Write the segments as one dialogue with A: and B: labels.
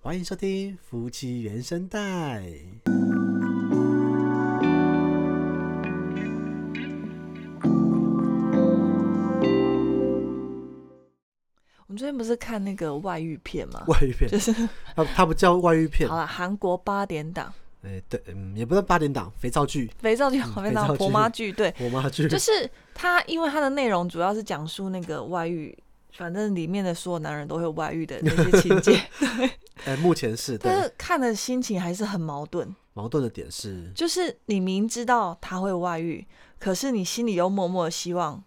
A: 欢迎收听《夫妻原声带》。
B: 我们最近不是看那个外遇片吗？
A: 外遇片，
B: 就是
A: 它它不叫外遇片
B: 好，了，韩国八点档
A: 哎，对，嗯，也不算八点档，肥皂剧、
B: 肥皂剧、旁
A: 嗯
B: 边
A: 肥皂
B: 档
A: 剧
B: 婆妈 剧，对，
A: 我妈剧，
B: 就是它，因为它的内容主要是讲述那个外遇，反正里面的所有男人都会有外遇的那些情节，
A: 哎，目前是对
B: 但是看的心情还是很矛盾。
A: 矛盾的点是，
B: 就是你明知道他会外遇，可是你心里又默默地希望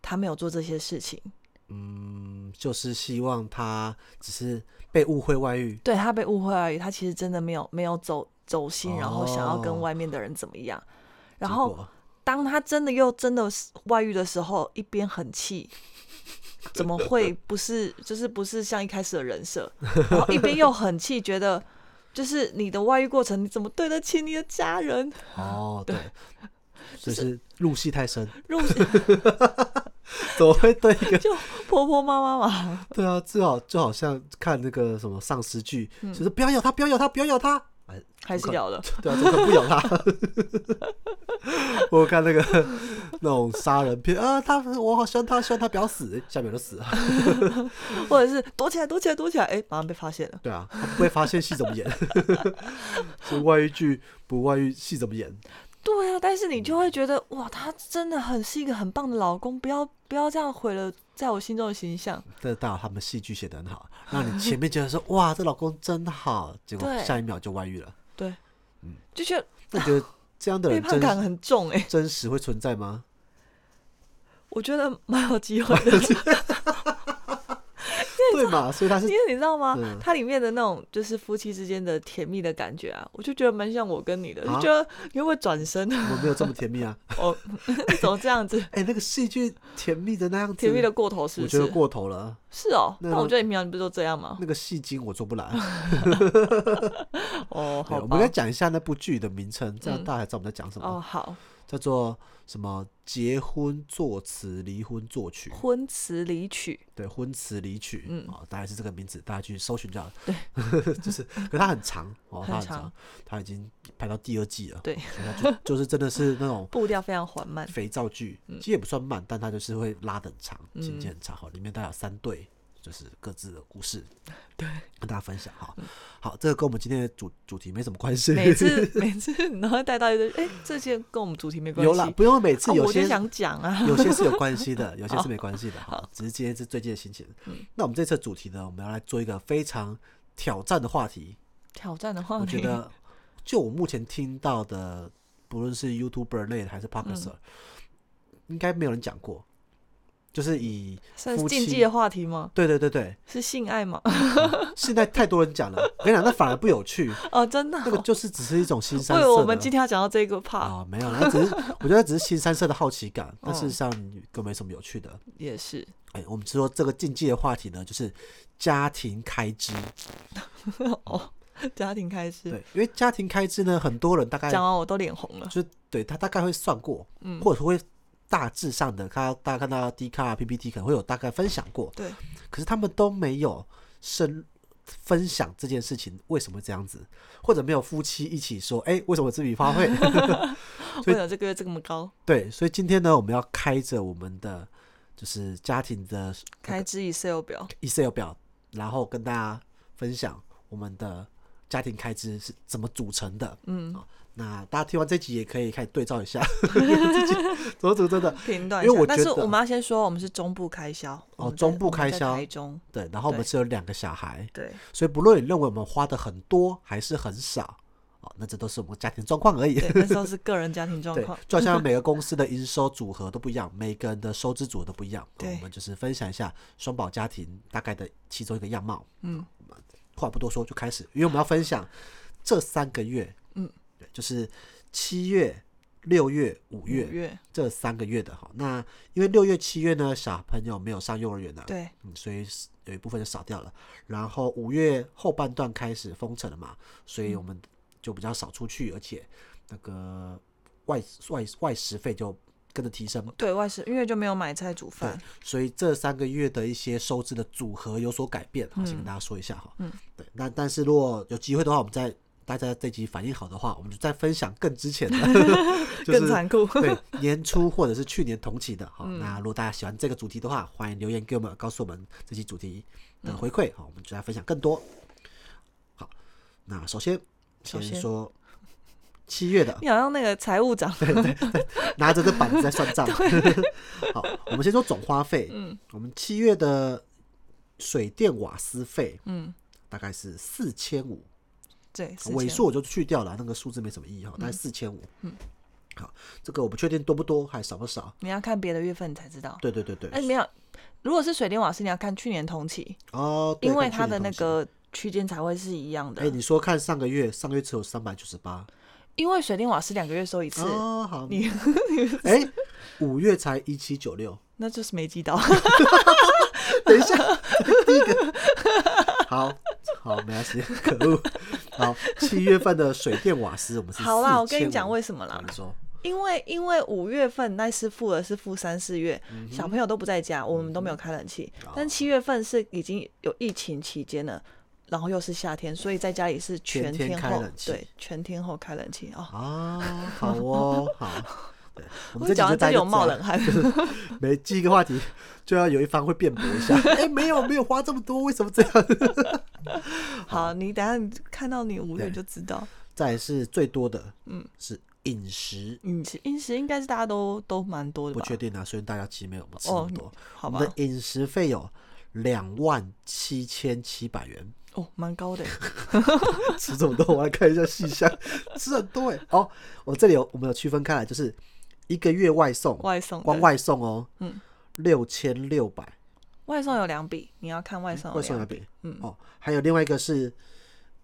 B: 他没有做这些事情，
A: 嗯，就是希望他只是被误会外遇，
B: 对他被误会而已，他其实真的没有没有走走心，然后想要
A: 哦
B: 跟外面的人怎么样。然
A: 结
B: 后
A: 果
B: 当他真的又真的是外遇的时候，一边很 气，怎么会不是就是不是像一开始的人设，然后一边又很气，觉得就是你的外遇过程，你怎么对得起你的家人？
A: 哦， 对，就是入戏太深，
B: 入
A: 怎么会对一个
B: 就婆婆妈妈嘛，
A: 对啊，最好就好像看那个什么丧尸剧，就是不要咬他，不要咬他，不要咬他。哎，
B: 还是要了。
A: 对啊，怎么不咬他？ 我有看那个那种杀人片啊，他我好希望他，希望他不要死，下面就死了。
B: 或者是躲起来，躲起来，躲起来，哎、马上被发现了。
A: 对啊，他不会发现戏怎么演， 是外遇剧不外遇戏怎么演？
B: 对啊，但是你就
A: 嗯
B: 会觉得哇，他真的很是一个很棒的老公，不要不要这样毁了在我心中的形象。
A: 但大好他们戏剧写得很好，让你前面觉得说哇，这老公真好，结果
B: 对
A: 下一秒就外遇了。
B: 对，就觉得
A: 那你觉得嗯这样的
B: 背
A: 人
B: 叛
A: 真
B: 感很重哎、
A: 真实会存在吗？
B: 我觉得蛮有机会的，
A: 对嘛？所以他是
B: 因为你知道吗
A: 嗯？
B: 它里面的那种就是夫妻之间的甜蜜的感觉啊，我就觉得蛮像我跟你的，
A: 啊
B: 就觉得你会不会转身？
A: 我没有这么甜蜜啊。
B: 哦，你 怎么这样 子？
A: 哎、那个戏剧甜蜜的那样子，
B: 甜蜜的过头是
A: 我
B: 不
A: 觉得
B: 是？
A: 过头了。
B: 是哦，
A: 那
B: 那我觉得你平常不是都这样吗？
A: 那个戏精我做不来。
B: 哦，
A: 对，
B: 好
A: 我们来
B: 吧，
A: 讲一下那部剧的名称，这样
B: 嗯
A: 大家才知道我们在讲什么。
B: 哦，好，
A: 叫做什么？结婚作词，离婚作曲。
B: 婚词离曲，
A: 对，婚词离曲，
B: 嗯
A: 哦，大概是这个名字，大家去搜寻就好了。对， 就是，可是它很长哦，它
B: 很
A: 很长
B: 长，
A: 它已经拍到第二季了。
B: 对
A: 所以它就就是真的是那种
B: 步调非常缓慢。
A: 肥皂剧，
B: 嗯
A: 其实也不算慢，但它就是会拉的很长，情节很长哦哈。里面大概有三对，就是各自的故事，
B: 对，
A: 跟大家分享哈。好，这个跟我们今天的主主题没什么关系，
B: 嗯每 次每次，然后带到一个，哎、这些跟我们主题没关 系。
A: 有啦，不用每次
B: 啊
A: 有
B: 我
A: 些
B: 就想讲 啊，
A: 有些是有关系 的，有些是没关
B: 哦
A: 系的哈。只是今天是最近的心情。
B: 嗯
A: 那我们这次的主题呢，我们要来做一个非常挑战的话题，
B: 挑战的话
A: 我
B: 题，
A: 觉得，就我目前听到的，不论是 YouTuber 类的还是 Podcaster，、应该没有人讲过。就是以
B: 算是
A: 夫
B: 禁
A: 妻
B: 忌的话题吗？
A: 对对对对，
B: 是性爱吗？
A: 现在太多人讲了，我跟你讲，那反而不有 趣，
B: 哦，真的哦、
A: 那个就是只是一种新三
B: 为
A: 色的。
B: 我们今天要讲到这个怕、
A: 啊、没有啦，那只是我觉得只是新三色的好奇感，但事实上更没什么有趣的。
B: 也是
A: 哎、我们说这个禁忌的话题呢，就是家庭开支。
B: 哦，家庭开支
A: 对，因为家庭开支呢，很多人大概
B: 讲完我都脸红了。嗯
A: 就是对他大概会算过，或者会大致上的，他大家看到 D 卡、PPT 可能会有大概分享过，
B: 对，
A: 可是他们都没有深分享这件事情为什么这样子，或者没有夫妻一起说，哎、为什么这笔花费？所以
B: 为什么这个月这 么高？
A: 对，所以今天呢，我们要开着我们的就是家庭的
B: 开支 Excel 表，
A: Excel 表，然后跟大家分享我们的家庭开支是怎么组成的。嗯，那大家听完这集也可以开始对照一下 自己怎么组成的。
B: 评断一
A: 因为
B: 下
A: 我。
B: 但
A: 觉
B: 是
A: 得哦
B: 我们要先说，我们是中部开销。我们在
A: 中部
B: 我们在
A: 开销
B: 台中，
A: 对，然后我们
B: 对
A: 是有两个小孩，
B: 对，
A: 所以不论你认为我们花的很多还是很少，哦，那这都是我们家庭状况而已。
B: 对，那时候是个人家庭状
A: 对
B: 况，，
A: 就好像每个公司的营收组合都不一样，每个人的收支组合都不一样。
B: 对
A: 我们就是分享一下双宝家庭大概的其中一个样貌。嗯，我们话不多说，就开始，因为我们要分享这三个月，
B: 嗯，
A: 对，就是七月、六月、五
B: 五
A: 月
B: 月，
A: 这三个月的哈。那因为六月、七月呢，小朋友没有上幼儿园呢、
B: 对，
A: 嗯，所以是有一部分就少掉了。然后五月后半段开始封城了嘛，所以我们就比较少出去，而且那个外外外食费就跟着提升。
B: 对外食，因为就没有买菜煮
A: 对
B: 饭。，
A: 所以这三个月的一些收支的组合有所改变，好，先跟大家说一下哈。嗯，对，那但是如果有机会的话，我们再大家这集反应好的话，我们就再分享更之前的， 就是
B: 更残酷
A: 对，年初或者是去年同期的。好，
B: 嗯
A: 那如果大家喜欢这个主题的话，欢迎留言给我们，告诉我们这期主题的回
B: 嗯
A: 馈，好，我们就来分享更多。好，那首先
B: 首
A: 先
B: 先
A: 说七月的，
B: 你好像那个财务长，
A: 拿着这板子在算 账。 好，我们先说总花费。嗯，我们七月的水电瓦斯费，
B: 嗯，
A: 大概是四千五，
B: 对，4000
A: 尾数我就去掉了，那个数字没什么意义哈，大概四千五。嗯，好，这个我不确定多不多，还少不少。
B: 你要看别的月份你才知道。
A: 对对对对，
B: 哎，没有，如果是水电瓦斯，你要看去年同期，
A: 哦，对
B: 因为
A: 跟去
B: 它
A: 年
B: 的
A: 同
B: 那
A: 期
B: 个区间才会是一样
A: 哎，
B: 的。
A: 你说看上个月，上个月只有三百九十八，
B: 因为水电瓦斯两个月收一次，
A: 哦，好，
B: 你
A: 哎，五月才一七九 六，
B: 那就是没记到。
A: 好好，没关系，可恶。好，七月份的水电瓦斯我们是
B: 好啦，我跟你讲为
A: 什
B: 什么啦，
A: 你说
B: 因为因为五月份那是付的是付三四月，
A: 嗯
B: 小朋友都不在家，我们都没有开冷气。
A: 啊
B: 但七月份是已经有疫情期间了，然后又是夏天，所以在家里是全
A: 全天
B: 天
A: 开
B: 候
A: 冷气
B: 对全天候开冷气哦。
A: 啊，好哦，好。对，我们
B: 我
A: 这
B: 讲
A: 集就大
B: 到这里
A: 家
B: 我
A: 就
B: 冒
A: 知道
B: 冷， 汗，
A: 每记一个话题就要有一方会辩驳 一下。哎、没有没有花这么多，为什么这样？
B: 好，你等一下看到你五月
A: 对
B: 就知道。
A: 再来是最多的，嗯，是饮食，
B: 饮食饮食应该是大家都都蛮多的
A: 嗯不
B: 吧？
A: 确定啊，所以大家其实没有我们吃那
B: 哦
A: 么多。，
B: 好
A: 我
B: 吧
A: 们，的饮食费有两万七千七百元，
B: 哦，蛮高的耶，
A: 吃这么多，我来看一下细项，吃很多哎。哦，我这里有我们有区分开来，就是一个月外送，
B: 外送的
A: 光外送哦，嗯，六千六百，
B: 外送有两笔，你要看外送有
A: 外送
B: 两
A: 两
B: 笔，
A: 笔，嗯，哦，还有另外一个是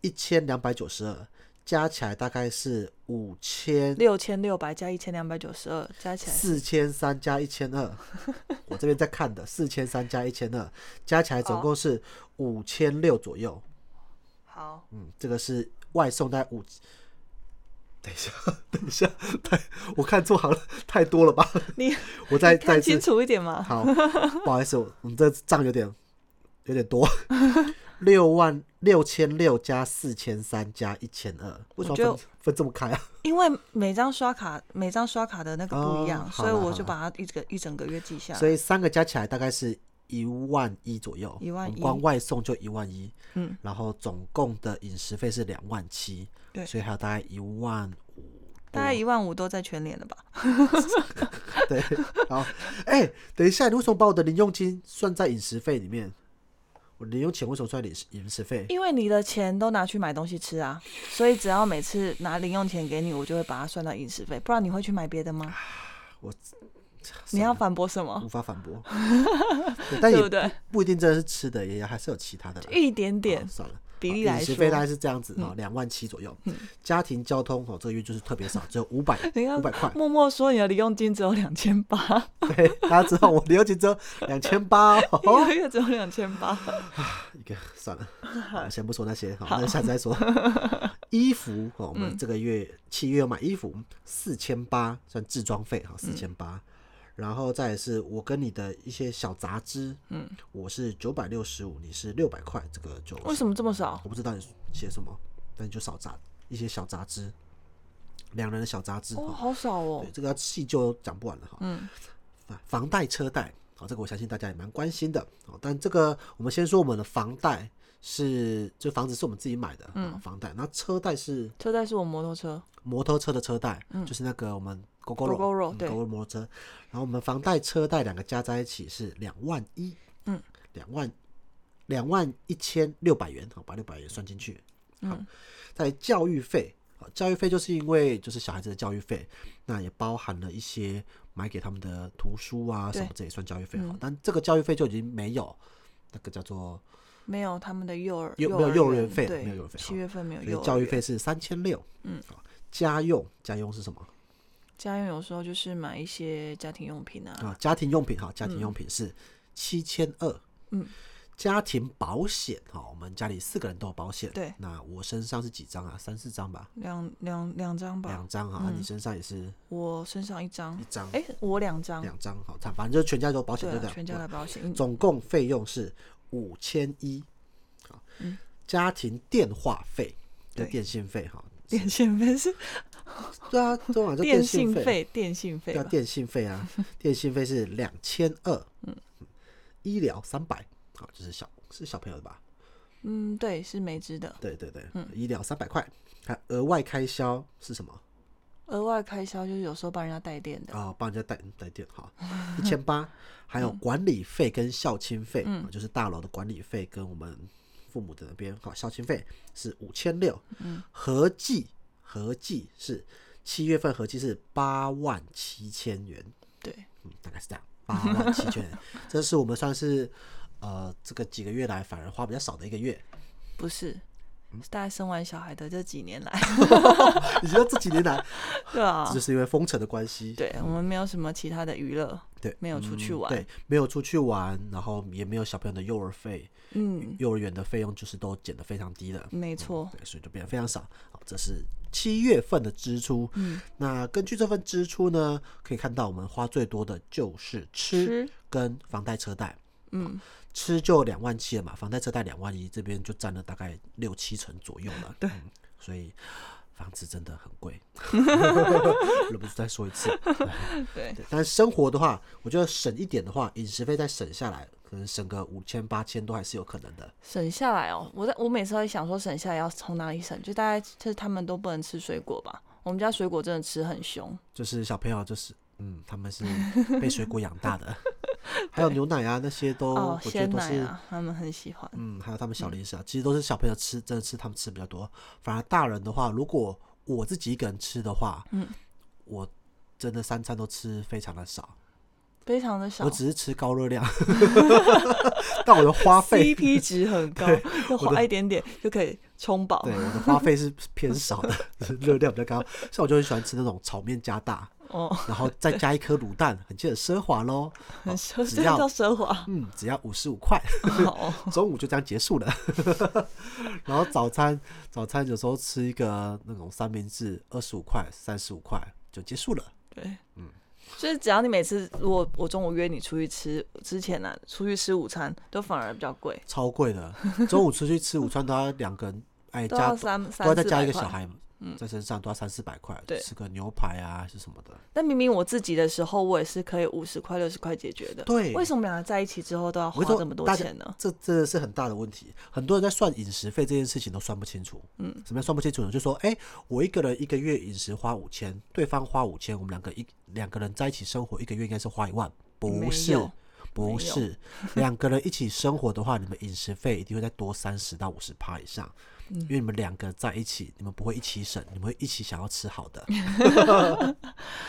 A: 一千两百九十二，加起来大概是五千
B: 六千六百加一千两百九十二，加起来
A: 四千三加一千 二，我这边在看的四千三加一千二，加起来总共
B: 哦
A: 是五千六左右。
B: 好。
A: 嗯，这个是外送大概五。等一下， 等一下，太我看错行了，太多了 吧？
B: 你
A: 我再
B: 你
A: 再
B: 看
A: 一次
B: 清楚一点嘛。
A: 好，不好意思，我我们这账有点有点 多，六万六千六加四千三加一千二，为什么
B: 我觉
A: 要
B: 得
A: 分分这么开啊？
B: 因为每张刷卡每张刷卡的那个不一样，
A: 哦好啦
B: 所以我
A: 好
B: 就
A: 啦
B: 把它一整一整个月记下来。
A: 所以三个加起来大概是一万一左右，
B: 一万
A: 我们
B: 一
A: 光外送就一万一，
B: 嗯，
A: 然后总共的饮食费是两万七，
B: 对
A: 所以还嗯有大概一万五。
B: 大概一万五都在全脸了吧？
A: 对， 好，哎、等一下，你为什么把我的零用金算在饮食费里面？我零用钱为什么算饮食饮食费？
B: 因为你的钱都拿去买东西吃啊，所以只要每次拿零用钱给你，我就会把它算到饮食费，不然你会去买别的吗？
A: 我
B: 你要反驳什么
A: 无？法反 驳，对但
B: 对
A: 也
B: 不对？
A: 不一定真的是吃的，也还是有其他的啦。
B: 一点
A: 好
B: 点
A: 算了，
B: 比
A: 好
B: 例
A: 饮
B: 来
A: 食
B: 说，嗯
A: 费大概是这样子啊，两万七左右。家庭交通哦，这个月就是特别少，只有五百
B: 你要
A: 五百块。
B: 默默说你的零用金只有两千八，
A: 对，大家知道我零用钱只有两千八
B: 一
A: 哦，
B: 个月只有两千八。
A: 一个算了， 好先不说那些，好，那下次再 说。衣服哦，我们这个月七月要买衣服，四千八算置装费哈，四千八。然后再来是我跟你的一些小杂志，嗯，我是九百六十五，你是六百块，这个就
B: 为什么这么少？
A: 我不知道你写什么，但你就少杂一些小杂志，两人的小杂志
B: 哦，
A: 哈。
B: 好少哦
A: 对，。这个要细究讲不完了哈。
B: 嗯，
A: 啊房贷、车贷，好，这个我相信大家也蛮关心的。哦，但这个我们先说我们的房贷是，就房子是我们自己买的，嗯，房贷。那车贷是
B: 车贷是我摩托车，
A: 摩托车的车贷，
B: 嗯
A: 就是那个我们 GoGo
B: Gogoro，对
A: ，GoGo 摩托车。然后我们房贷、车贷两个加在一起是两万一，
B: 嗯，
A: 两万两万一千六百元，好，哦把六百元算进去。
B: 嗯
A: 好，在教育费，好，教育费就是因为就是小孩子的教育费，那也包含了一些买给他们的图书啊什么，这也算教育费。
B: 嗯
A: 好，但这个教育费就已经没有那个叫做，
B: 没有他们的幼儿
A: 幼
B: 幼
A: 没有幼儿
B: 儿
A: 园费了啊
B: 对
A: 没有幼儿费
B: 七月份没有
A: 所
B: 幼
A: 以
B: 儿
A: 教育
B: 园
A: 费是三千六，嗯，好，家用家用是什么？
B: 家用有时候就是买一些家庭用品啊，
A: 啊，家庭用品哈，家庭用品是七千二，
B: 嗯，
A: 家庭保险哈、我们家里四个人都有保险。
B: 对
A: 那我身上是几张啊？三四张吧，
B: 两两两张吧
A: 两，张哈。啊你身上也是
B: 我身上一张
A: 一，张，
B: 嗯哎、我两张，
A: 两张好，它反正就是全家都有保险，
B: 对
A: 对不
B: 啊，
A: 对？
B: 全家的保险，嗯
A: 总共费用是五千一，好，家庭电话费，就
B: 嗯对
A: 电信费哈。
B: 电信费是
A: 对啊，对啊，就
B: 电
A: 信
B: 信
A: 费，
B: 费，电信费
A: 对啊，
B: 吧
A: 电信费 啊，电信费是两千二，嗯，医疗三百，好，这是小是小朋友的吧？
B: 嗯，对，是美资的。
A: 对对对，医疗三百块，还额外开销是什么？
B: 额外开销就是有时候帮人家带电的，
A: 啊、帮人家带带电哈，一千八，还有管理费跟校庆费，啊就是大楼的管理费跟我们父母的那边好校庆费是五千六，合计合计是七月份合计是八万七千元，
B: 对，
A: 嗯，大概是这样，八万七千元，这是我们算是呃这个几个月来反而花比较少的一个月，
B: 不是，
A: 嗯
B: 是大概生完小孩的这几年来，
A: 你知道这几年来，
B: 对啊，
A: 就是因为封城的关系，
B: 对我们没有什么其他的娱乐，
A: 对，
B: 没有出去
A: 嗯
B: 玩
A: 对，没有出去玩，然后也没有小朋友的幼儿费。
B: 嗯，
A: 幼儿园的费用就是都减得非常低了，
B: 没错，
A: 对，所以就变得非常少。好，这是七月份的支出。嗯，那根据这份支出呢，可以看到我们花最多的就是吃
B: 吃
A: 跟房贷车贷。
B: 嗯，
A: 吃就两万七了嘛，房贷车贷两万一，这边就占了大概六七成左右了。对、所以房子真的很 贵，忍不住再说一次。
B: 对，
A: 对但是生活的话，我觉得省一点的话，饮食费再省下来，可能省个五千八千都还是有可能的。
B: 省下来哦。我在我每次都在想说省下来要从哪里省，就大概就是他们都不能吃水果吧。我们家水果真的吃很凶，
A: 就是小朋友就是嗯，他们是被水果养大 的，还有牛奶啊那些都，
B: 哦，
A: 我觉得
B: 鲜
A: 都
B: 奶
A: 是、
B: 啊，他们很喜欢。
A: 嗯，还有他们小零食啊，其实都是小朋友吃，真的吃他们吃比较多。反而大人的话，如果我自己一个人吃的话，嗯，我真的三餐都吃非常的少，
B: 非常的少
A: 我只是 吃高热 量，但我的花费。
B: ，CP 值很高，
A: 我
B: 就花一点点就可以充饱
A: 对，。我的花费是偏少的，热量比较高。像我就很喜欢吃那种炒面加大，
B: 哦，
A: 然后再加一颗卤蛋，很记得奢华喽。
B: 很奢，
A: 只
B: 这
A: 要
B: 叫 奢华。
A: 嗯，只要五十五块，
B: 哦，
A: 中午就这样结束了。 然后早餐，早餐有时候吃一个那种三明治，二十五块、三十五块就结束了。
B: 对，嗯，就是只要你每次如果我中午约你出去吃之前呢、出去吃午餐都反而比较贵，
A: 超贵 的，中午出去吃午餐都要两个人，哎，
B: 都
A: 加
B: 要
A: 都
B: 三三
A: 要
B: 四
A: 再
B: 百
A: 加一个
B: 块嗯
A: 小。孩在身上，都要三四百块，
B: 对
A: 吃个牛排啊是什么的，
B: 但明明我自己的时候，我也是可以五十块六十块解决的。
A: 对
B: 为什么两个在一起之后都要
A: 我
B: 花
A: 跟你
B: 这
A: 说
B: 么多
A: 大家
B: 钱呢？
A: 这真的是很大的问题。很多人在算饮食费这件事情都算不清楚。嗯，什么叫算不清楚呢？就说，哎、我一个人一个月饮食花五千，对方花五千，我们两个一两个人在一起生活一个月应该是花一万，
B: 没
A: 不
B: 有
A: 是？
B: 没
A: 不
B: 有
A: 是，两个人一起生活的话，你们饮食费一定会再多三十到五十趴以上，
B: 嗯
A: 因为你们两个在一起，你们不会一起省，你们会一起想要吃好 的。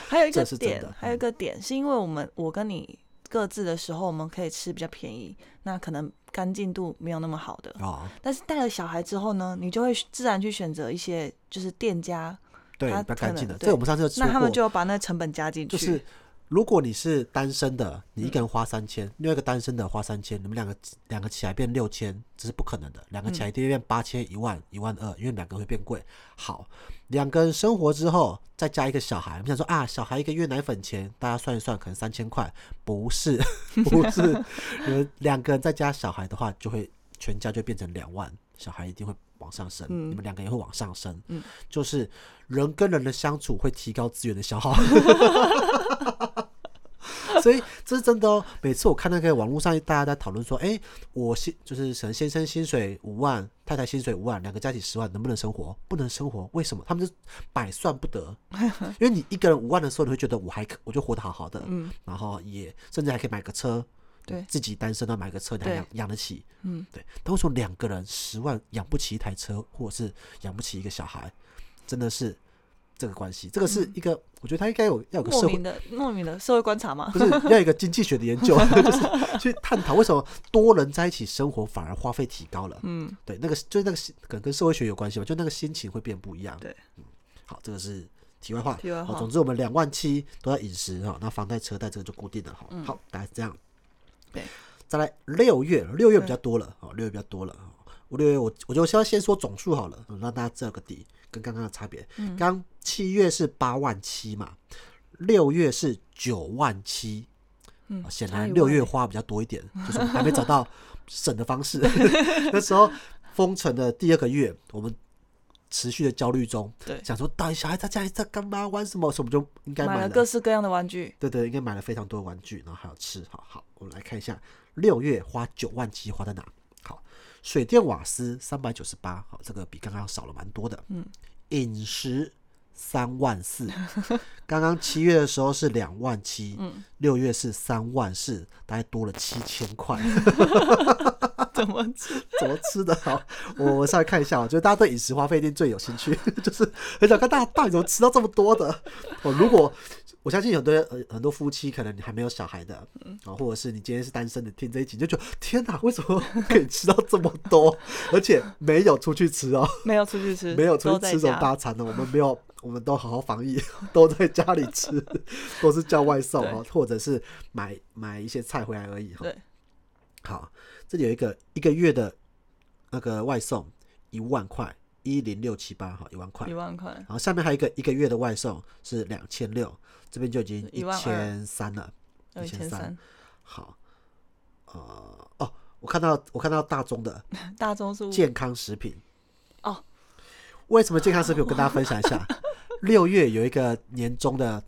B: 还有一个
A: 这是真
B: 点
A: 的，嗯
B: 还有一个点，是因为我们我跟你各自的时候，我们可以吃比较便宜，那可能干净度没有那么好的。
A: 哦，
B: 但是带了小孩之后呢，你就会自然去选择一些就是店家，
A: 对，
B: 他
A: 比较
B: 可
A: 干
B: 能
A: 净的。这
B: 对
A: 我们上次有说
B: 那他
A: 过
B: 们，就把那成本加进
A: 就
B: 去。
A: 是如果你是单身的，你一个人花三千、另外一个单身的花三千，你们两个两个起来变六千，这是不可能的。两个起来一定变八千、一万、一万二，因为两个会变贵。好，两个人生活之后再加一个小孩，我们想说啊，小孩一个月奶粉钱，大家算一算，可能三千块，不是 不是，你们两个人再加小孩的话，就会全家就变成两万，小孩一定会往上升，
B: 嗯
A: 你们两个也会往上升。嗯，就是人跟人的相处会提高资源的消耗。所以这是真的哦。每次我看那个网络上大家在讨论说，哎、我薪就是可能先生薪水五万，太太薪水五万，两个加起十万，能不能生活？不能生活，为什么？他们就百算不 得，因为你一个人五万的时候，你会觉得我还可，我就活得好好的，嗯，然后也甚至还可以买个车。
B: 对
A: 自己单身的买个车，你还
B: 对
A: 养养得起，嗯，对。但为什么两个人十万养不起一台车，或者是养不起一个小孩，真的是这个关系？这个是一个，我觉得他应该有要有个
B: 嗯莫
A: 社会
B: 名的莫名的社会观察 嘛
A: 不，是要有一个经济学的研究， 就是去探讨为什么多人在一起生活反而花费提高了。嗯，对，那个就是那个心可能跟社会学有关系吧，就那个心情会变不一样。
B: 对，
A: 嗯，好，这个是题外话。
B: 题外
A: 好
B: 话
A: 总之我们两
B: 嗯
A: 万七都要饮食哈，那房贷车贷这个就固定了哈。好，大概是这样。
B: 对，
A: 再来六月，六月比较多了哦，六月比较多了哦。我六月我我就先先说总数好了，嗯让大家知道个底跟刚刚的差别。
B: 嗯
A: 刚七月是八万七嘛，六月是九万七。
B: 嗯
A: 哦显
B: 差一
A: 然
B: 万
A: 六月花比较多一 点，就是我们还没找到省的方式。 那时候封城的第二个月，我们持续的焦虑中，
B: 对
A: 想说到底小孩在家里在干嘛玩什么，所以我们就应该
B: 买
A: 买
B: 了
A: 了
B: 各式各样的玩具，
A: 对对，应该买了非常多的玩具，然后还有吃。好好，我们来看一下六月花九万七花在哪。好，水电瓦斯三百九十八，好，这个比刚刚少了蛮多的。
B: 嗯，
A: 饮食三万四，刚刚七月的时候是两万七，
B: 嗯，
A: 六月是三万四，大概多了七千 块。
B: 怎么吃？
A: 怎么吃的？好，我我上来看一下，我啊觉得大家对饮食花费一定最有兴趣， 就是很想看大家到底怎么吃到这么多的。哦，如果我相信很多人呃很多夫妻，可能你还没有小孩的，啊、或者是你今天是单身的，听这一集你就觉得天哪，为什么可以吃到这么多， 而且没有出去吃哦，
B: 没有出去吃，
A: 没有出
B: 都
A: 去
B: 在
A: 吃什么
B: 家
A: 大餐呢？我们没有，我们都好好防疫， 都在家里吃， 都是叫外送
B: 对
A: 哦，或者是买买一些菜回来而已哈。
B: 对，
A: 好，这里有一个一个月的那个外送一万块，一零六七八哈，一万块
B: 一。万块，
A: 然后下面还有一个一个月的外送是两千六，这边就已经一千三了。
B: 要一千
A: 1300
B: 三。
A: 好，呃，哦，我看到我看到大众的
B: 大众是五
A: 健康食品
B: 嗯哦，
A: 为什么健康食品？我跟大家分享一 下，六月有一个年终的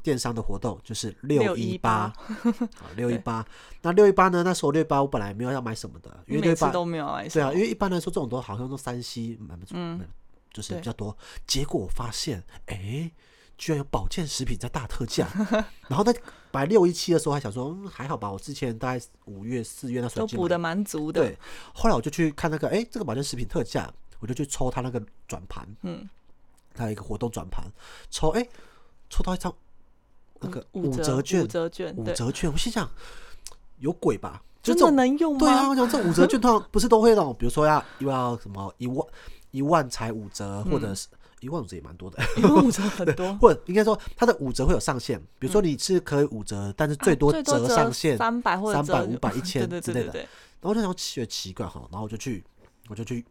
A: 电商的活动，就是六一八哦
B: 618，
A: 六一八。那六一八呢？那时候六一八我本来没有要买什么的，因为六
B: 每
A: 一八
B: 次都没有来什
A: 对啊，
B: 么，
A: 因为一般来说这种都好像都山西买不出，
B: 嗯
A: 买就是
B: 对
A: 比较多。结果我发现，哎、居然有保健食品在大特价。 然后在买六一七的时候还想说、嗯还好吧，我之前大概五月、四月那时候
B: 都
A: 已经
B: 补
A: 买
B: 的蛮足的
A: 对。，后来我就去看那个，哎、这个保健食品特价，我就去抽它那个转盘，
B: 嗯，
A: 它有一个活动转盘，抽，哎、抽到一张那个
B: 五
A: 折
B: 五
A: 券，
B: 折券，
A: 五
B: 对，
A: 折券，我心想有鬼吧？就
B: 真
A: 这
B: 的
A: 种
B: 能用吗？
A: 对 啊，我想这五折券通常不是都会那种，比如说要又要什么一万一万才五折，
B: 嗯
A: 或者是一万五折也蛮多的，
B: 因为五折很多，
A: 或者应该说它的五折会有上限，比如说你是可以五折，但是最多
B: 嗯啊最多
A: 折上限，然
B: 三百或者
A: 300
B: 折
A: 500 1000
B: 对
A: 之
B: 对
A: 类
B: 对
A: 的
B: 对对，
A: 后我就想奇奇怪哈，然后我就去我就去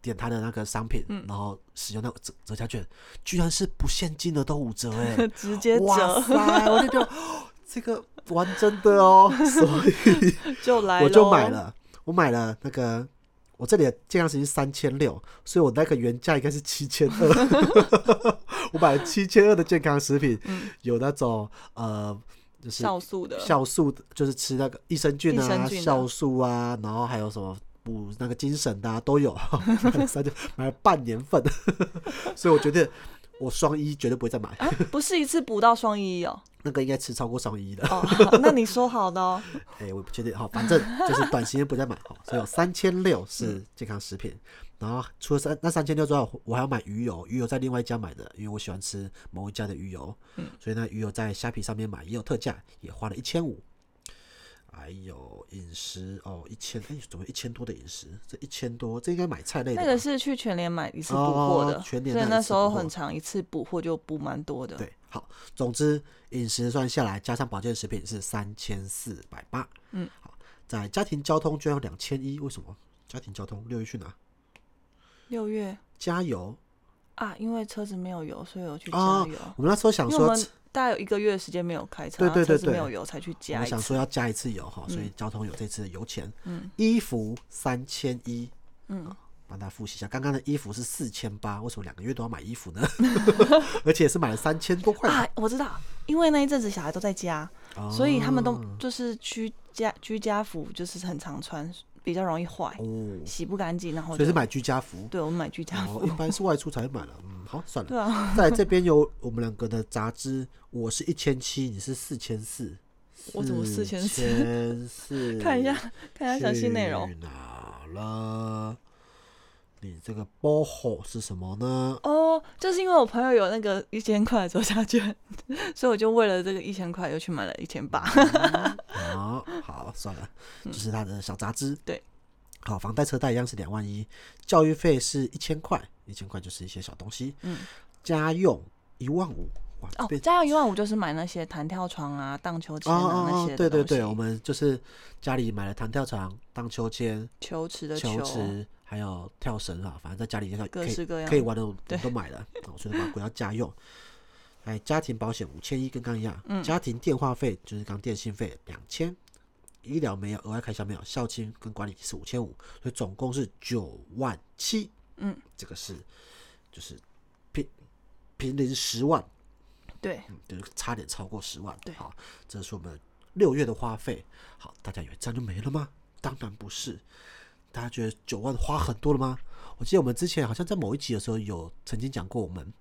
A: 点它的那个商品，
B: 嗯
A: 然后使用那个折折价券，居然是不限金额都五折哎、
B: 对直接
A: 哇
B: 折
A: 塞，我就觉得 哦这个玩真的 哦，所以。
B: 就来
A: 我就
B: 咯
A: 买，了，我买了那个，我这里的健康时间三千六，所以我那个原价应该是七千二。 我买了七千二的健康食品，
B: 嗯
A: 有那种呃，就是
B: 酵素的，
A: 酵素的，就是吃那个益生菌
B: 益
A: 啊、
B: 生菌的
A: 酵素啊，然后还有什么补那个精神的、啊、都有， 买了三千，买了半年份， 所以我觉得我双一绝对不会再买，
B: 啊不是一次补到双 一哦，
A: 那个应该吃超过双一的。
B: 哦，那你说好的哦，
A: 哎、我也不确定哈，反正就是短时间不再买哈，所以有三千六是健康食品，然后除了三那三千六之外，我还要买鱼油，鱼油在另外一家买的，因为我喜欢吃某一家的鱼油，
B: 嗯
A: 所以呢，鱼油在虾皮上面买也有特价，也花了一千五。还有饮食哦，一千哎，怎么一千多的饮食？这一千多，这应该买菜类的
B: 那
A: 吧。
B: 个是去全联买一次补货的，
A: 哦
B: 所
A: 全
B: 以
A: 联那一次
B: 那时候
A: 补货
B: 很长一次补货就补蛮多的，
A: 对，好，总之饮食算下来，加上保健食品是三千四百八。
B: 嗯，
A: 好，在家庭交通居然有两千一，为什么？家庭交通六月去哪？
B: 六月
A: 加油！
B: 啊，因为车子没有油，所以我去加
A: 哦
B: 油，
A: 我们那时候想
B: 因为我
A: 说，
B: 们大概有一个月的时间没有开车，
A: 对
B: 然后
A: 对对
B: 车子没
A: 对
B: 有油才去
A: 我
B: 加
A: 们
B: 一
A: 想
B: 次，
A: 说要加一次油哈，所以交通有这次的油钱。
B: 嗯，
A: 衣服三千一，啊
B: 嗯，
A: 帮大家复习一下，刚刚的衣服是四千八，为什么两个月都要买衣服呢？ 而且是买了三千多块
B: 啊，我知道，因为那一阵子小孩都在家，
A: 哦
B: 所以他们都就是居家居家服，就是很常穿，比较容易坏，
A: 哦，
B: 洗不干净，然后
A: 所以
B: 就是
A: 买居家服。
B: 对我们买居家
A: 哦，
B: 服
A: 一，般是外出才买了，嗯，好，算了。
B: 对 啊，
A: 在这边有我们两个的杂志，我是一千七，你是四千四，
B: 我怎么
A: 四
B: 4400
A: 千四？
B: 看一下看一下详细内容
A: 去哪了？你这个包火是什么呢？
B: 哦，就是因为我朋友有那个一千块的折价券， 所以我就为了这个一千块又去买了一千八，
A: 好啊好算了，就是他的小杂志。
B: 嗯对，
A: 好，房贷车贷一样是两万一，教育费是一千块，一千块就是一些小东西。
B: 嗯，
A: 家用一万五，哇，
B: 哦
A: 变，
B: 家用一万五就是买那些弹跳床啊、荡秋千
A: 哦
B: 啊
A: 哦
B: 那
A: 哦
B: 些，
A: 对
B: 的
A: 对
B: 东
A: 对，我
B: 西，
A: 们就是家里买了弹跳床、荡秋千、
B: 球池的
A: 球池，还有跳绳啊，反正在家里要
B: 各
A: 可以
B: 式各样
A: 可以玩的我们
B: 对
A: 都买了，哦所以都把它归到家用。哎，家庭保险五千一，跟刚一样。
B: 嗯
A: 家庭电话费就是刚电信费两千，医疗没有，额外开销没有，孝亲跟管理是五千五，所以总共是九万七。
B: 嗯，
A: 这个是就是平平零十万，
B: 对，
A: 嗯就是差点超过十万。
B: 对
A: 好，这是我们六月的花费。好，大家以为这样就没了吗？当然不是。大家觉得九万花很多了吗？我记得我们之前好像在某一集的时候有曾经讲过，我们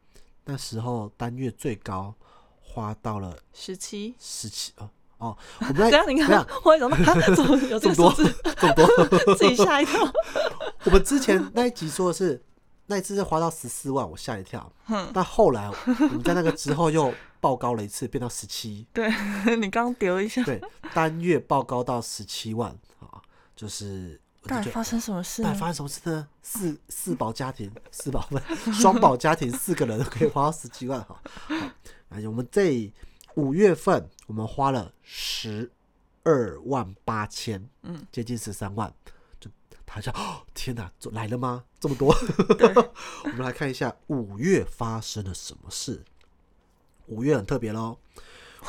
A: 那时候单月最高花到了
B: 十七。
A: 十七哦哦，我们
B: 这
A: 在
B: 哎样你
A: 没有
B: 看，我也 想到哈怎么有
A: 这
B: 这
A: 么
B: 个
A: 多
B: 数字，
A: 这 么多，
B: 自己吓一跳。
A: 我们之前那一集说的是那一次是花到十四万，我吓一跳。但后来我们在那个之后又爆高了一次，变到十七。
B: 对 你刚刚丢一下，
A: 对，单月报高到十七万啊，就是我
B: 到
A: 就
B: 底
A: 觉
B: 发
A: 得。
B: 生什么事
A: 到
B: 呢
A: 底？发生什么事呢？四四宝家庭， 四宝不是双宝家庭，四个人都可以花到十七万哈。好，哎，我们这五月份我们花了十二万八千，
B: 嗯，
A: 接近十三万，就他想，哦 天哪，这来了吗？这么多？ 我们来看一下五月发生了什么事。五月很特别喽，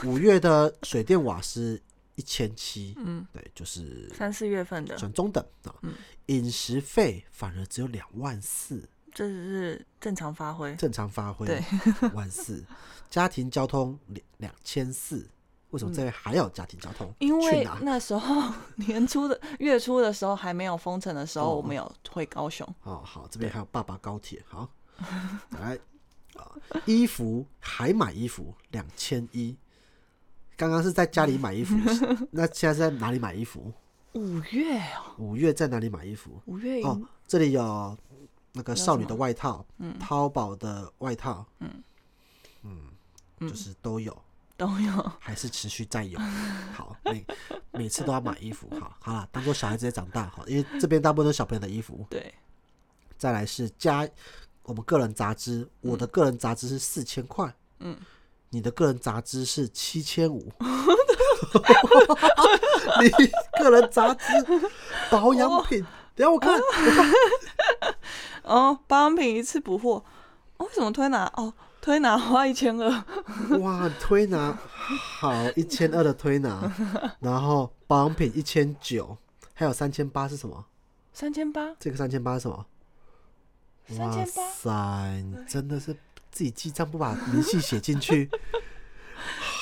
A: 五月的水电瓦斯一千七，
B: 嗯，
A: 对，就是
B: 三四月份的，嗯
A: 算中等啊。饮食费反而只有两万四，
B: 这只是正常发挥。
A: 正常发挥
B: 对
A: 两万 四。家庭交通两两千四，为什么这边还有家庭交通？
B: 因
A: 去
B: 为
A: 哪？
B: 那时候 年初的月初的时候还没有封城的时候，
A: 哦
B: 我们有回高雄。
A: 哦，好，这边还有爸爸高铁，好，来啊，衣服还买衣服两千一。刚刚是在家里买衣 服，那现在是在哪里买衣服？
B: 五月哦，
A: 五月在哪里买衣服？
B: 五月
A: 哦
B: 营，
A: 这里有那个
B: 哎有
A: 少
B: 什
A: 女
B: 么
A: 的外套，
B: 嗯
A: 淘宝的外套，
B: 嗯
A: 嗯，就是都有，
B: 都有。
A: 还是持续 在有。好，每每次都要买衣服，好，好了，当做小孩子在长大，好，因为这边大部分都是小朋友的衣服。
B: 对，
A: 再来是加我们个人杂志，我的个人杂志是四千块，
B: 嗯，
A: 你的个人杂志是七千 五， 你个人杂志保养品，等一下我看，
B: 哦，保养品一次补货，哦为什么推拿？哦，推拿花一千二，
A: 哇，推拿好一千二的推 拿，然后保养品一千九，还有三千八是什么？
B: 三千八，
A: 这个三千八是什么？哇
B: 3800
A: 塞，你真的是自己记账不把明细写进去，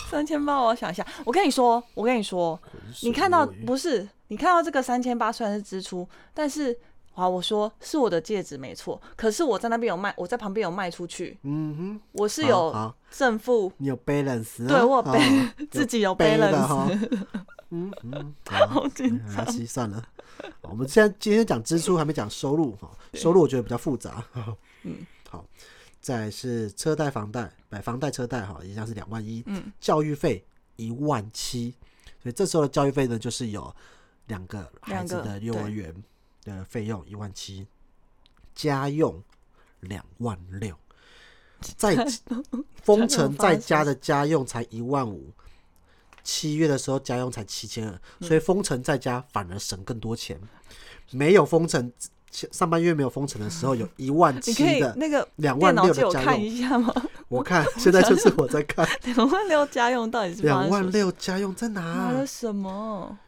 B: 三千八。我想一下，我跟你说，我跟你说， 你看到不是？你看到这个三千八虽然是支出，但是啊，我说是我的戒指没错，可是我在那边有卖，我在旁边有卖出去，
A: 嗯哼，
B: 我是
A: 好
B: 有
A: 好，
B: 正负，
A: 你有 balance，啊
B: 对我有
A: 好
B: balance，自己有
A: 背的
B: balance
A: 哈。嗯 嗯，好嗯
B: 好紧
A: 没
B: 张
A: 关系，算了。我们现在今天讲支出，还没讲收入哈。收入我觉得比较复杂。
B: 嗯，
A: 好，再来是车贷、房贷，买房贷、车贷哈，一样是两万一。
B: 嗯，
A: 教育费一万七，所以这时候的教育费呢，就是有两个孩
B: 两
A: 子
B: 个
A: 的幼儿园的费用一万七，家用两万 六，在封城在家的家用才一万五。七月的时候家用才七千二，
B: 嗯
A: 所以封城在家反而省更多钱。没有封城，上半月没有封城的时 候有一万
B: 你
A: 七
B: 可以
A: 的，
B: 那个
A: 两万
B: 电脑
A: 六
B: 借
A: 的
B: 我
A: 家
B: 看
A: 用。
B: 一下吗？
A: 我看现在就是我在 看，
B: 两万六家用到底是发
A: 两
B: 生什
A: 万
B: 么事
A: 六啊家用在哪、
B: 买了什么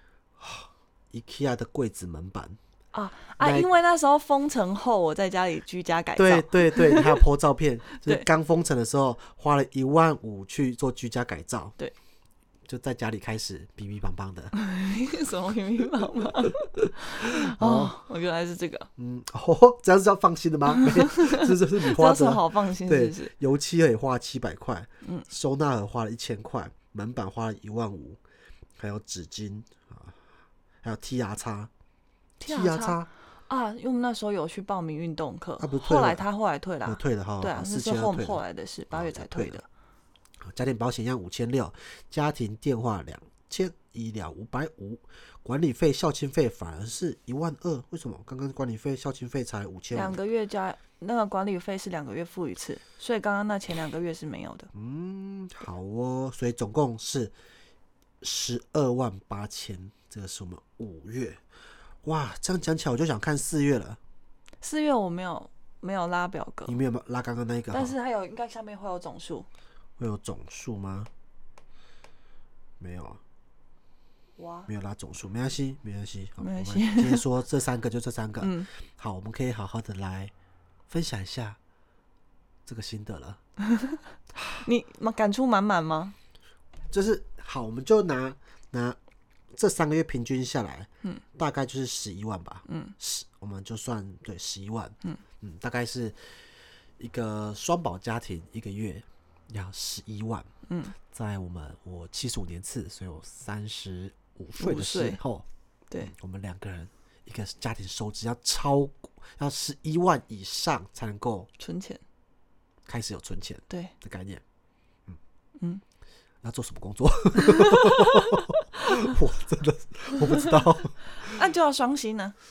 A: IKEA 的柜子门板，
B: 啊啊？
A: 买
B: 因为那时候封城后，我在家里居家改造
A: 对，对对，你还有 po 照片，就是
B: 对
A: 刚封城的时候花了一万五去做居家改造，
B: 对，
A: 就在家里开始比比棒棒的，
B: 什么乒乒乓乓。哦，我原来是这个，
A: 嗯， 哦，这样是要放心的 吗？ 没有这就是你
B: 这
A: 花
B: 样是
A: 的，
B: 好放心，是
A: 对
B: 不是？，
A: 油漆盒也花了七百块，嗯，收纳盒花了一千块，门板花了一万五，还有纸巾啊，还有剔牙叉，剔牙叉
B: 啊，因为我们那时候有去报名运动课
A: 啊不是，退
B: 后
A: 了
B: 来他后来退
A: 我
B: 了，
A: 哦退了哈，
B: 对啊，
A: 四
B: 那是
A: 千
B: 后
A: 退
B: 后
A: 了。哦
B: 来的事，八月才退的。
A: 好家庭保险一样五千六，家庭电话两千，医疗五百五，管理费、孝亲费反而是一万二，为什么？刚刚管理费、孝亲费才五千
B: 两
A: 五，
B: 个月加那个管理费是两个月付一次，所以刚刚那前两个月是没有的。
A: 嗯，好哦，所以总共是十二万八千，这个是我们五月。哇，这样讲起来我就想看四月了。
B: 四月我没有没有拉表格
A: 你，们有没有拉刚刚那一个哈？
B: 但是还有应该下面会有总数。
A: 会有总数吗？没有啊，
B: 哇，
A: 没有拉总数，没关系，没关系。好，
B: 没关系
A: 我们今天说这三个就这三个。
B: 嗯，
A: 好，我们可以好好的来分享一下这个心得了。
B: 你感触满满吗？
A: 就是好，我们就拿拿这三个月平均下来，嗯，大概就是十一万吧，嗯，十，我们就算对十一万，嗯嗯，大概是一个双保家庭一个月要十一万，
B: 嗯，
A: 在我们我七十五年次，所以我三十五岁
B: 五
A: 的
B: 岁
A: 时候，
B: 对
A: 嗯，我们两个人一个家庭收支要超过要十一万以上才能够
B: 存钱，
A: 开始有存钱
B: 对，
A: 的概念，嗯
B: 嗯，
A: 要做什么工作？ 我真的是我不知道。
B: 那、就要双薪呢、嗯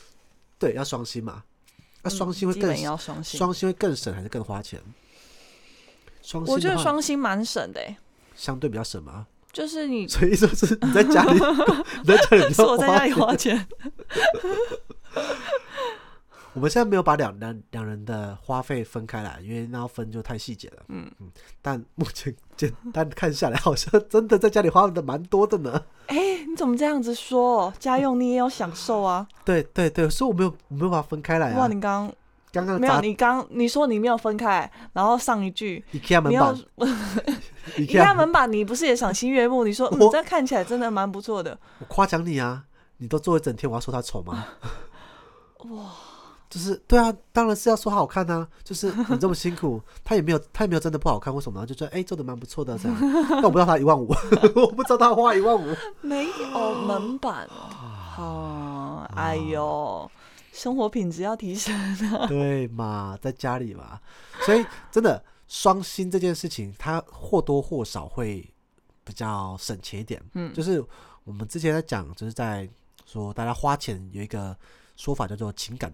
A: 对，要双薪嘛？那啊双薪会
B: 基
A: 更
B: 本要双薪。
A: 双薪会更省还是更花钱？双薪
B: 我觉
A: 的
B: 得
A: 话
B: 双薪蛮省的、欸，
A: 相对比较省嘛，
B: 就是 你
A: 所以说是你在家里 你在家里比
B: 是 我
A: 较
B: 在家
A: 花钱。
B: 里花钱，
A: 我们现在没有把两两两人的花费分开来，因为那要分就太细节了。嗯嗯，但目前简单看下来，好像真的在家里花的蛮多的呢。
B: 哎、你怎么这样子说？哦家用你也有享受啊！
A: 对对对，所以我没有我没有把它分开来啊。
B: 哇，你刚
A: 刚刚
B: 没有，
A: 砸
B: 你刚你说你没有分开，然后上一句
A: IKEA 门
B: 你要
A: 板
B: IKEA
A: ，IKEA
B: 门板，你不是也赏心悦目？你说嗯，
A: 我
B: 这看起来真的蛮不错的。
A: 我夸奖你啊，你都做一整天，我要说他丑 吗？哇，就是对啊，当然是要说他好看啊。就是你这么辛苦，他也没有他也没有真的不好看，为什么呢？就觉得哎、做的蛮不错的这 样。但我不知道他一万五， 我不知道他花一万五。
B: 没有门板哦，啊，哎呦，生活品质要提升 啊！
A: 对嘛，在家里嘛，所以真的双薪这件事情，它或多或少会比较省钱一点。
B: 嗯
A: 就是我们之前在讲，就是在说大家花钱有一个说法叫做情感，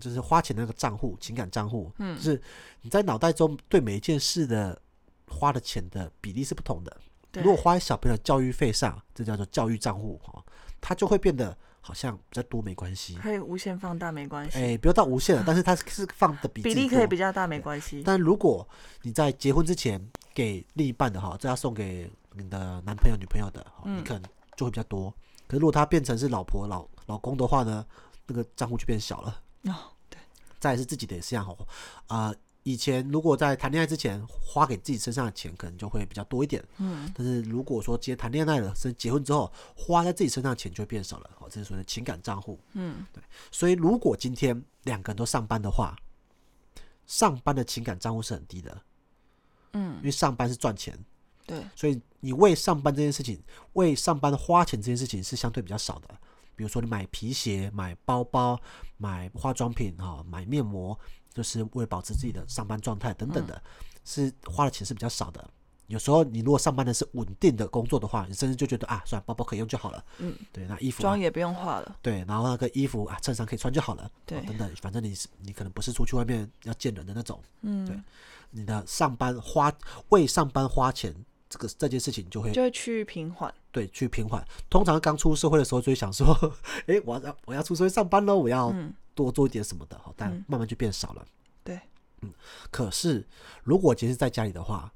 A: 就是花钱的那个账户，情感账户，
B: 嗯
A: 就是你在脑袋中对每一件事的花的钱的比例是不同的。
B: 对
A: 如果花在小朋友教育费上，这叫做教育账户哈，哦它就会变得好像比较多没关系。
B: 可以无限放大没关系，
A: 哎、不要到无限了，但是它是是放的比
B: 比
A: 自己
B: 例可以
A: 多
B: 比较大没关系。
A: 但如果你在结婚之前给另一半的哈，这要送给你的男朋友、女朋友的，哈你
B: 嗯
A: 可能就会比较多。可是如果他变成是老婆、老老公的话呢，那个账户就变小了。
B: 哦，对，
A: 再来是自己的也是一样哈，啊、以前如果在谈恋爱之前花给自己身上的钱，可能就会比较多一点。
B: 嗯，
A: 但是如果说今天谈恋爱了，甚至结婚之后，花在自己身上的钱就会变少了。哦好，这是所谓的情感账户。
B: 嗯，
A: 对。所以如果今天两个人都上班的话，上班的情感账户是很低的。
B: 嗯，
A: 因为上班是赚钱，
B: 对，
A: 所以你为上班这件事情，为上班花钱这件事情是相对比较少的。比如说你买皮鞋、买包包、买化妆品哈、买面膜，就是为了保持自己的上班状态等等的，是花的钱是比较少的。有时候你如果上班的是稳定的工作的话，你甚至就觉得啊，算了，包包可以用就好了。
B: 嗯，
A: 对，那衣服啊、
B: 妆也不用化了。
A: 对，然后那个衣服啊，衬衫可以穿就好了。
B: 对
A: 哦等等，反正你是你可能不是出去外面要见人的那种。
B: 嗯，
A: 你的上班花为上班花钱这个这件事情就会
B: 就会趋于平缓。
A: 对去平缓。通常刚出社会的时候就会想说， 诶，我要我要出社会上班喽，我要
B: 嗯，
A: 多做一点什么的，好，但
B: 嗯
A: 慢慢就变少了。
B: 对，
A: 可是如果今天是在家里的话，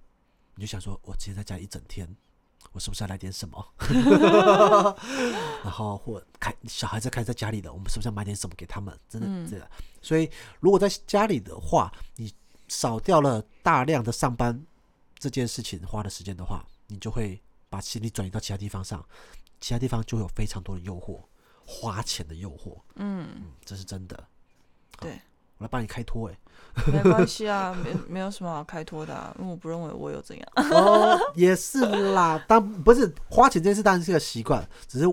A: 你就想说，我今天在家里一整天，我是不是要来点什么？ 然后或开小孩子开始在家里了，我们是不是要买点什么给他们？真的
B: 嗯
A: 这样。所以如果在家里的话，你少掉了大量的上班这件事情花的时间的话，你就会把心力转移到其他地方上，其他地方就会有非常多的诱惑，花钱的诱惑，
B: 嗯，
A: 嗯，这是真的。好
B: 对，
A: 我来帮你开脱、欸，
B: 没关系啊，没没有什么好开脱的、啊，因为我不认为我有怎样。
A: 哦，也是啦，当不是花钱这件事当然是个习惯，只是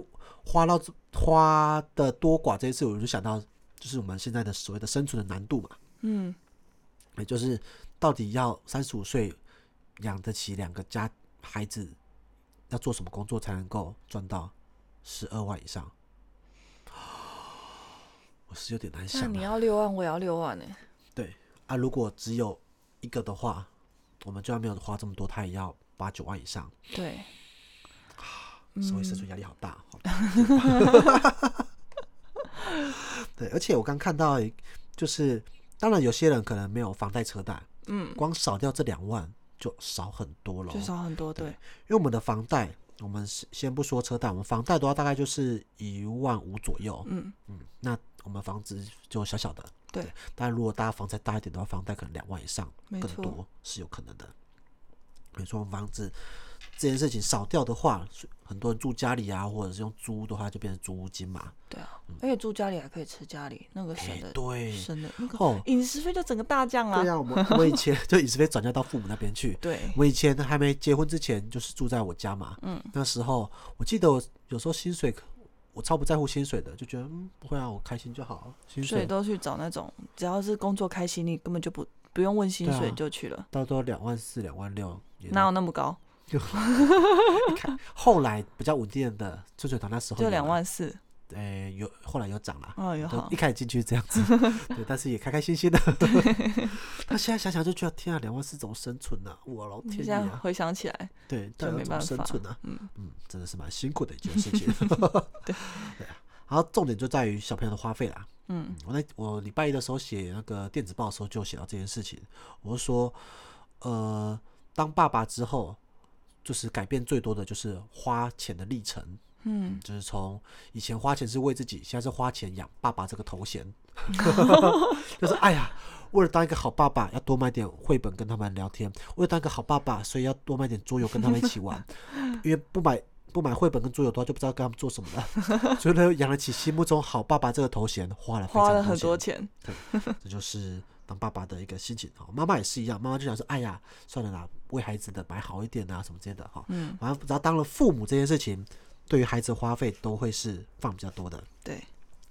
A: 花到花的多寡这件事，我就想到就是我们现在的所谓的生存的难度嘛，
B: 嗯，
A: 也就是到底要三十五岁养得起两个家孩子，要做什么工作才能够赚到十二万以上？我是有点难
B: 那
A: 想
B: 你
A: 啊，
B: 要六万，我也要六万呢、
A: 对，啊，如果只有一个的话，我们就算没有花这么多，他也要八九万以上，
B: 对，
A: 所以生存
B: 嗯
A: 压力好大。好 对，而且我刚看到一，就是当然有些人可能没有房贷车贷，
B: 嗯，
A: 光少掉这两万就少很多了哦，
B: 就少很多，对，
A: 因为我们的房贷，我们是先不说车贷，我们房贷的话大概就是一万五左右。
B: 嗯
A: 嗯，那我们房子就小小的。
B: 对，
A: 但如果大家房贷大一点的话，房贷可能两万以上，
B: 没
A: 更
B: 错
A: 多是有可能的。没错，房子这件事情少掉的话，很多人住家里啊，或者是用租的话，就变成租屋金嘛。
B: 对啊，而且住家里还可以吃家里那个省
A: 嗯哎、
B: 的
A: 对，
B: 省的那个
A: 哦，
B: 饮食费就整个大降
A: 对啊
B: 啦，
A: 呀、我们我以前就一直被转嫁到父母那边去。
B: 对，
A: 我以前还没结婚之前，就是住在我家嘛。
B: 嗯，
A: 那时候我记得我有时候薪水，我超不在乎薪水的，就觉得嗯不会啊，我开心就好。薪
B: 所以
A: 水
B: 都去找那种只要是工作开心，你根本就不不用问薪
A: 对啊
B: 水就去了，
A: 到都两万四、两万六，也
B: 哪有那么高？
A: 就一开后来比较稳定的春水堂那时候
B: 就
A: 有
B: 两
A: 了，
B: 万四，
A: 哎，有后来有涨了。
B: 哦，也
A: 都
B: 好
A: 一，开始进去这样 子，对，但是也开开心心的。他现在想想就觉得，天啊，两万四怎么生存呢、我老天爷
B: 现在
A: 啊！
B: 回想起来
A: 对，
B: 就
A: 到底
B: 没
A: 要怎么
B: 办
A: 生
B: 法
A: 存呢、，
B: 嗯，
A: 嗯，真的是蛮辛苦的一件事情。 对啊，然后重点就在于小朋友的花费啦。
B: 嗯，
A: 我在我礼拜一的时候写那个电子报的时候就写到这件事情，我是说，呃，当爸爸之后，就是改变最多的就是花钱的历程，
B: 嗯，
A: 就是从以前花钱是为自己，现在是花钱养爸爸这个头 衔，就是哎呀。为了当一个好爸爸，要多买点绘本跟他们聊天；为了当一个好爸爸，所以要多买点桌游跟他们一起 玩。因为不买不买绘本跟桌游的话，就不知道跟他们做什么了。所以呢，养得起心目中好爸爸这个头衔，花了非
B: 花
A: 常
B: 了很
A: 钱
B: 多钱，
A: 这就是当爸爸的一个心情哈。妈妈也是一样，妈妈就想说，哎呀，算了啦，为孩子的买好一点啊，什么之类的哈。
B: 嗯，
A: 然后只要当了父母这件事情，对于孩子的花费都会是放比较多的。
B: 对，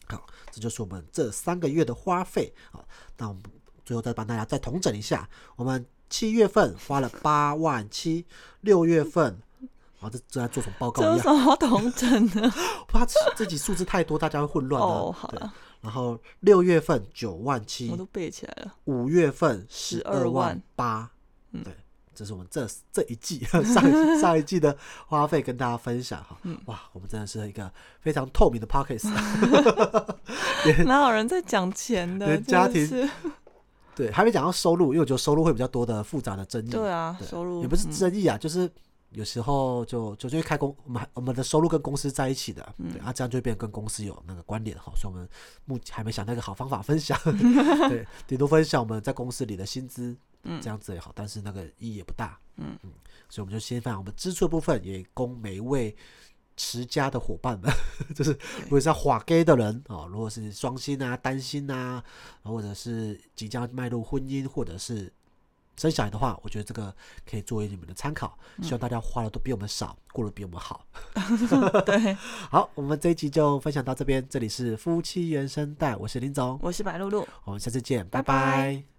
A: 好，这就是我们这三个月的花费好，那我们最后再帮大家再统整一下，我们七月份花了八万七，六月份。啊，这这在做什么报告
B: 这
A: 一
B: 有
A: 样
B: 什？么好同整的？
A: 怕这几数字太多，大家会混乱的。
B: 哦好
A: 对
B: 了。
A: 然后六月份九万七，
B: 我都背起来了，
A: 五月份十二
B: 12
A: 万
B: 万
A: 八，
B: 嗯
A: 对，这是我们这这一季 上一上一季的花费跟大家分享哈。哇，我们真的是一个非常透明的 pockets，
B: 哪有人在讲钱的？
A: 连家庭
B: 真的是
A: 对，还没讲到收入，因为我觉得收入会比较多的复杂的争议。
B: 对啊，
A: 嗯对
B: 收入
A: 也不是
B: 嗯
A: 争议啊，就是有时候就就就会开公，我们还我们的收入跟公司在一起的，
B: 嗯
A: 对啊，这样就会变得跟公司有那个关联哈，所以我们目前还没想到一个好方法分 享，对，顶多分享我们在公司里的薪资，
B: 嗯
A: 这样子也好，但是那个意义也不大，
B: 嗯
A: 嗯，所以我们就先分享我们支出的部分，也供每一位。持家的伙伴们， 就是如果是要划 gay 的人啊、哦，如果是双薪啊、单薪啊，或者是即将迈入婚姻，或者是生小孩的话，我觉得这个可以作为你们的参考。希望大家花的都比我们少，过得比我们好。
B: 对，
A: 好，我们这一集就分享到这边，这里是夫妻原声带，我是林总，
B: 我是白露露。
A: 我们下次见，
B: 拜
A: 拜
B: 拜
A: 拜